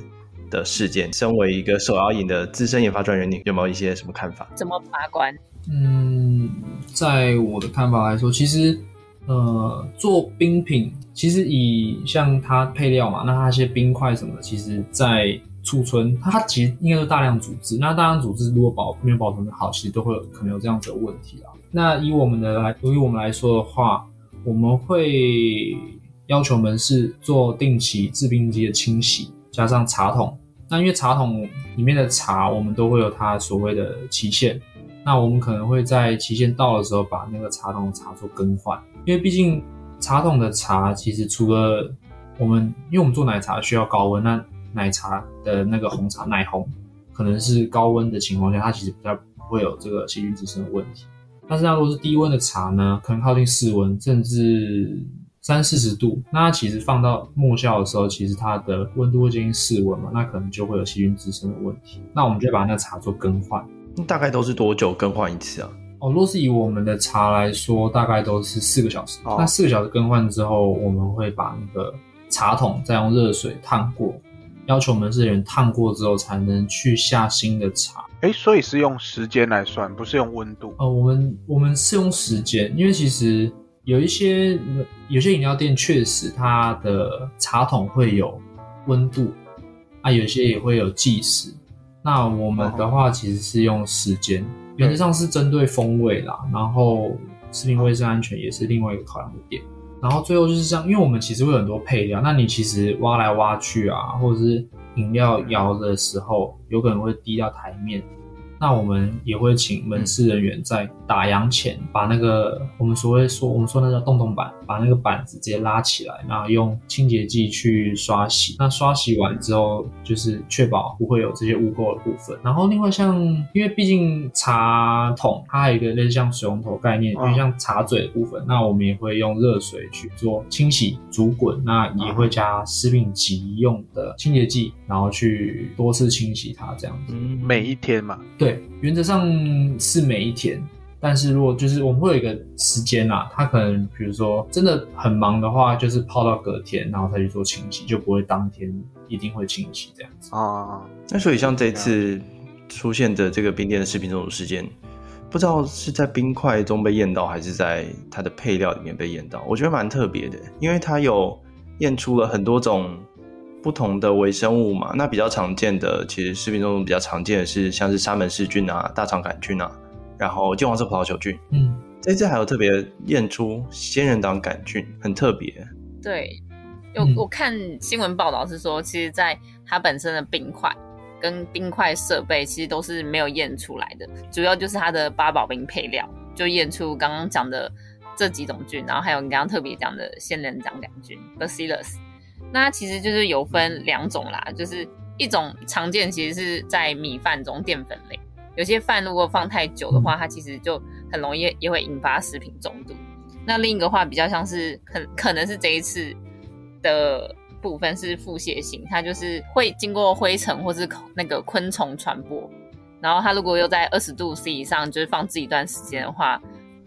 的事件，身为一个手摇饮的资深研发专员，你有没有一些什么看法？
怎么把关？
嗯，在我的看法来说，其实呃，做冰品，其实以像它配料嘛，那它一些冰块什么的，其实在储存，它其实应该是大量组织。那大量组织如果保没有保存的好，其实都会有可能有这样子的问题啊。那以我们的来，对于我们来说的话，我们会要求门市做定期制冰机的清洗，加上茶桶。那因为茶桶里面的茶，我们都会有它所谓的期限，那我们可能会在期限到的时候把那个茶桶的茶做更换，因为毕竟茶桶的茶其实除了我们，因为我们做奶茶需要高温，那奶茶的那个红茶奶红可能是高温的情况下，它其实比较不会有这个细菌滋生的问题。但是它如果是低温的茶呢，可能靠近室温，甚至三四十度，那它其实放到末效的时候，其实它的温度会接近室温嘛，那可能就会有细菌滋生的问题。那我们就会把那个茶做更换。
大概都是多久更换一次啊？
哦，若是以我们的茶来说，大概都是四个小时。
哦
那四个小时更换之后，我们会把那个茶桶再用热水烫过，要求门市人烫过之后才能去下新的茶。
哎，所以是用时间来算，不是用温度。
呃，我们我们是用时间，因为其实有一些有些饮料店确实它的茶桶会有温度，啊，有些也会有计时。那我们的话其实是用时间，原则上是针对风味啦，然后食品卫生安全也是另外一个考量的点。然后最后就是这样，因为我们其实会有很多配料，那你其实挖来挖去啊，或者是饮料摇的时候，有可能会滴到台面。那我们也会请门市人员在打烊前，把那个我们所谓说我们说那叫洞洞板，把那个板子直接拉起来，然后用清洁剂去刷洗。那刷洗完之后，就是确保不会有这些污垢的部分。然后另外像，因为毕竟茶桶它还有一个类似像水龙头概念，因
嗯
为像。像茶嘴的部分，那我们也会用热水去做清洗、煮滚，那也会加食品级用的清洁剂，然后去多次清洗它这样子。
嗯，
每一天嘛，
对，原则上是每一天，但是如果就是我们会有一个时间啦，它可能比如说真的很忙的话，就是泡到隔天，然后再去做清洗，就不会当天一定会清洗这样子。
啊，
那所以像这次出现的这个冰店的食品中毒事件，不知道是在冰块中被验到，还是在它的配料里面被验到，我觉得蛮特别的，因为它有验出了很多种不同的微生物嘛。那比较常见的，其实食品中毒比较常见的是像是沙门氏菌啊、大肠杆菌啊，然后金黄色葡萄球菌。
嗯，
这次还有特别验出仙人掌杆菌，很特别。
对，有
嗯
我看新闻报道是说，其实在它本身的冰块跟冰块设备其实都是没有验出来的，主要就是它的八宝冰配料就验出刚刚讲的这几种菌，然后还有你刚刚特别讲的仙人掌杆菌 （Bacillus）。那它其实就是有分两种啦，就是一种常见其实是在米饭中淀粉类，有些饭如果放太久的话，它其实就很容易也会引发食品中毒。那另一个话比较像是可可能是这一次的部分是腹泻型，它就是会经过灰尘或是那个昆虫传播，然后它如果又在二十度 C 以上，就是放置一段时间的话，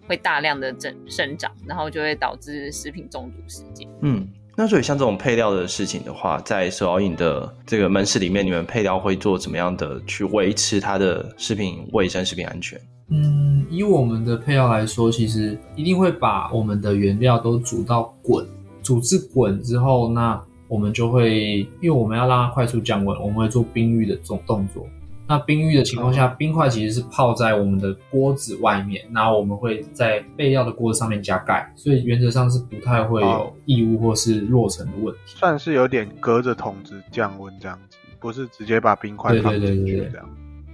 会大量的增生长，然后就会导致食品中毒事件。
嗯，那所以像这种配料的事情的话，在手摇饮的这个门市里面，你们配料会做怎么样的去维持它的食品卫生、食品安全？
嗯，以我们的配料来说，其实一定会把我们的原料都煮到滚，煮至滚之后，那我们就会，因为我们要让它快速降温，我们会做冰浴的这种动作。那冰浴的情况下，冰块其实是泡在我们的锅子外面，然后我们会在备料的锅子上面加盖，所以原则上是不太会有
哦
异物或是落尘的问题。
算是有点隔着桶子降温这样子，不是直接把冰块
对对对
放进
对
去
对
这样。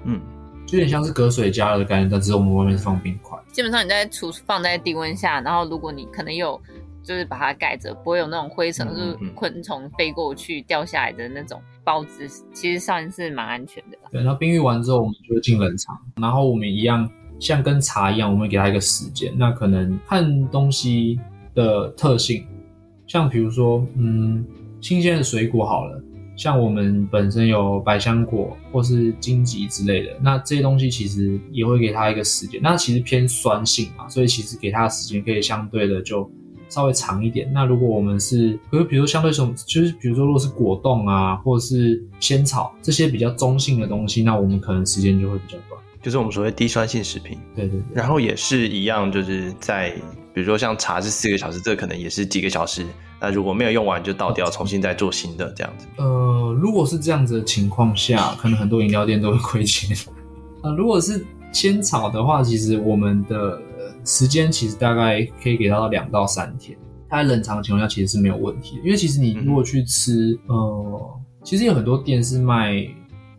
嗯，
就有点像是隔水加热的概念，但只是我们外面是放冰块。
基本上你在厨放在低温下，然后如果你可能有就是把它盖着，不会有那种灰
嗯
尘
嗯
或是
嗯
昆虫飞过去掉下来的那种孢子，其实算是蛮安全的啦。
对，那冰浴完之后，我们就会进冷藏，然后我们一样像跟茶一样，我们会给它一个时间。那可能看东西的特性，像比如说，嗯，新鲜的水果好了，像我们本身有百香果或是荆棘之类的，那这些东西其实也会给它一个时间。那其实偏酸性嘛，所以其实给它的时间可以相对的就稍微长一点。那如果我们是，可是比如说相对什么，就是比如说如果是果冻啊，或者是仙草这些比较中性的东西，那我们可能时间就会比较短。
就是我们所谓低酸性食品，
对对对，
然后也是一样，就是在比如说像茶是四个小时，这可能也是几个小时。那如果没有用完就倒掉，重新再做新的这样子。
呃，如果是这样子的情况下，可能很多饮料店都会亏钱。 呃，如果是仙草的话，其实我们的呃时间其实大概可以给到两到三天，它在冷藏的情况下其实是没有问题的，因为其实你如果去吃，呃，其实有很多店是卖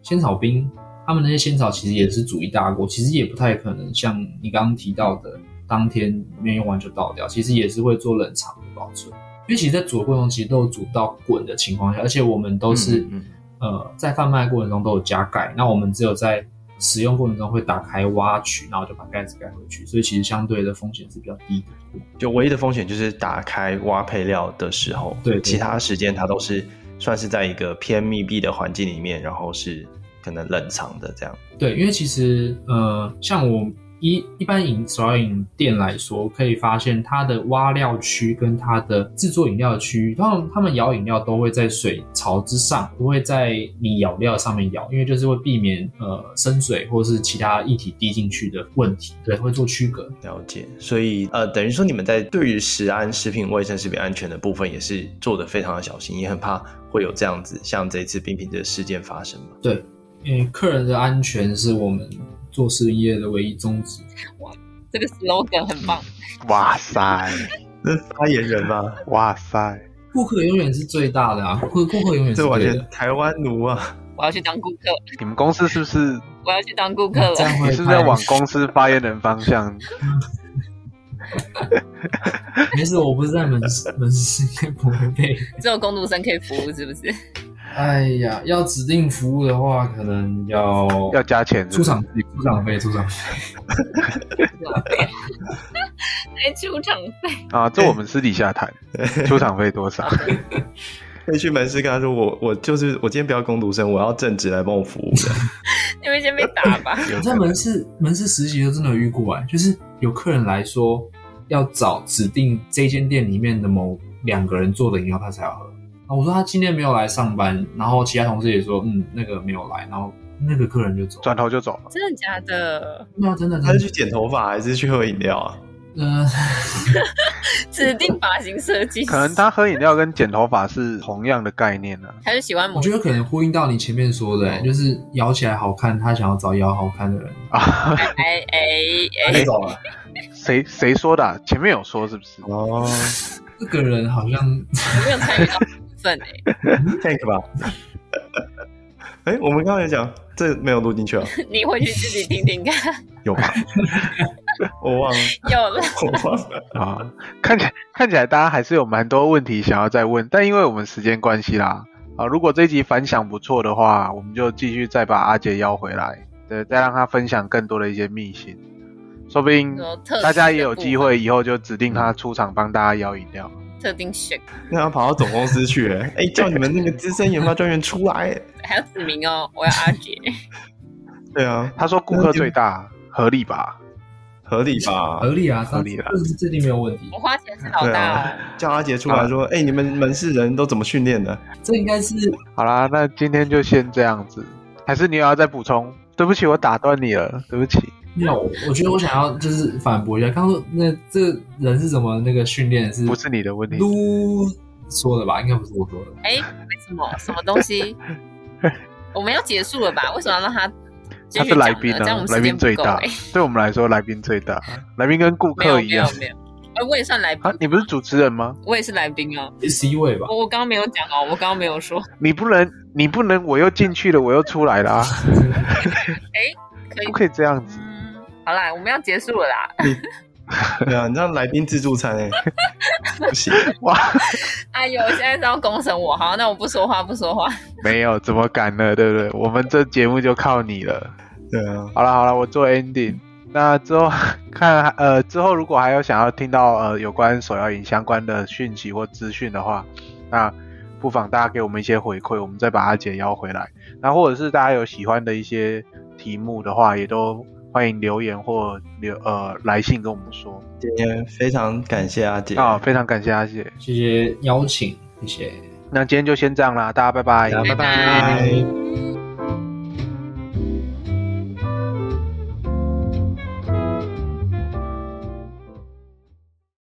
仙草冰，他们那些仙草其实也是煮一大锅，其实也不太可能像你刚刚提到的，当天没用完就倒掉，其实也是会做冷藏保存。因为其实，在煮的过程中，其实都有煮到滚的情况下，而且我们都是、
嗯嗯
呃在贩卖过程中都有加盖，那我们只有在使用过程中会打开挖取，然后就把盖子盖回去，所以其实相对的风险是比较低的。
就唯一的风险就是打开挖配料的时候，
对对
其他时间它都是算是在一个偏密闭的环境里面，然后是可能冷藏的这样。
对，因为其实呃，像我一一般饮手摇饮店来说，可以发现它的挖料区跟它的制作饮料区，他们他们舀饮料都会在水槽之上，不会在你舀料上面舀，因为就是会避免呃生水或是其他液体滴进去的问题，对，会做区隔。
了解，所以呃，等于说你们在对于食安、食品卫生、食品安全的部分也是做的非常的小心，也很怕会有这样子像这一次冰品的事件发生嘛。
因为客人的安全是我们做食品业的唯一宗旨。
这个 slogan 很棒。
哇塞，
那发言人嘛，
哇塞，
顾客永远是最大的啊，顾顾客永远是
这完
最
全
的，
台湾奴啊！
我要去当顾客，
你们公司是不是？
我要去当顾客
这
了。
样
你
哦会啊
是不是要
太
往公司发言人 方向？
没事，我不是在门市，门市应该不会被。
只有工读生可以服务，是 不是？
哎呀，要指定服务的话，可能要
要加钱是
出
不是？
场费、出场费、出场费。
哎，出场费
啊，这我们私底下谈，出场费 多少？
可以去门市跟他说，我我就是我今天不要攻读生，我要正职来帮我服务的。
哎、你们先被打吧。
有
我在
可能
门市门市实习的时候真的有遇过哎、就是有客人来说要找指定这间店里面的某两个人做的饮料，他才要喝。啊，我说他今天没有来上班，然后其他同事也说，嗯，那个没有来，然后那个客人就走。
转头就走了。
真的假的？
那真的
他
真
是
的，
去剪头发还是去喝饮料啊？
呃，
指定发型设计师，
可能他喝饮料跟剪头发是同样的概念啊呢、
还是喜欢
我
某
觉得可能呼应到你前面说的、欸，就是
嗯
摇起来好看，他想要找摇好看的人。
啊。
哎哎哎
那种啊
谁谁说的啊、前面有说是不是？
哦
这个人好像
我没有参与到这部分哎、
，Tank 吧。哎，我们刚才讲这没有录进去啊，
你回去自己听听看。
有吧？ 我忘了，
有了，
我忘了。
啊，看起来看起来大家还是有蛮多问题想要再问，但因为我们时间关系啦，啊，如果这一集反响不错的话，我们就继续再把阿杰邀回来，对，再让他分享更多的一些秘辛，说不定
有特
大家
定
也
的
有
部
机
分
会以后就指定他出场帮大家邀饮料。
特定选，
那他跑到总公司去， 哎，哎叫你们那个资深研发专员出来。欸
还要指名哦，我要阿 杰。
对啊，
他说顾客最大，合理吧？
合理吧？
合理啊，
合理啦
这是这定没有问题
我。花钱是老
对
大哦。
啊，叫阿杰出来说，哎、你们门市人都怎么训练的？
这应该是
好啦，那今天就先这样子，还是你有要再补充？对不起，我打断你了，对不起。
没有，我我觉得我想要就是反驳一下，刚刚说那这人是怎么那个训练是
不是你的问题
撸说的吧？应该不是我说的。
哎、为什么？什么 东西？我们要结束了吧？为什么要让他继
他
续
是
讲呢？
来宾
这样我
啊
们，
来
时间
宾
不
最
够
大
哎、，
对我们来说来宾最 大，来宾跟顾
没有
客
没
一样
有没有，哎、我也算来宾、
啊啊！你不是主持人吗？
我也是来宾哦。
C 位吧，
我我刚刚没有讲哦，我刚刚没有说。
你不能，你不能，我又进去了，我又出来 了、啊，
可以
不可以这样子？
嗯，好啦，我们要结束了啦。
对啊，你让来宾自助餐哎、 不行，
哇，
哎呦，现在是要公审我，好，那我不说话，不说话。
没有，怎么敢呢？对不对？我们这节目就靠你了。
对啊，
好了好了，我做 ending。那之后 看呃，之后如果还有想要听到呃有关手摇饮相关的讯息或资讯的话，那不妨大家给我们一些回馈，我们再把阿姐邀回来。那或者是大家有喜欢的一些题目的话，也都欢迎留言或留呃来信跟我们说。
今天非常感谢阿杰，
啊，非常感谢阿姐。
谢谢邀请，谢谢。
那今天就先这样啦，大家拜拜，
大家拜
拜
拜。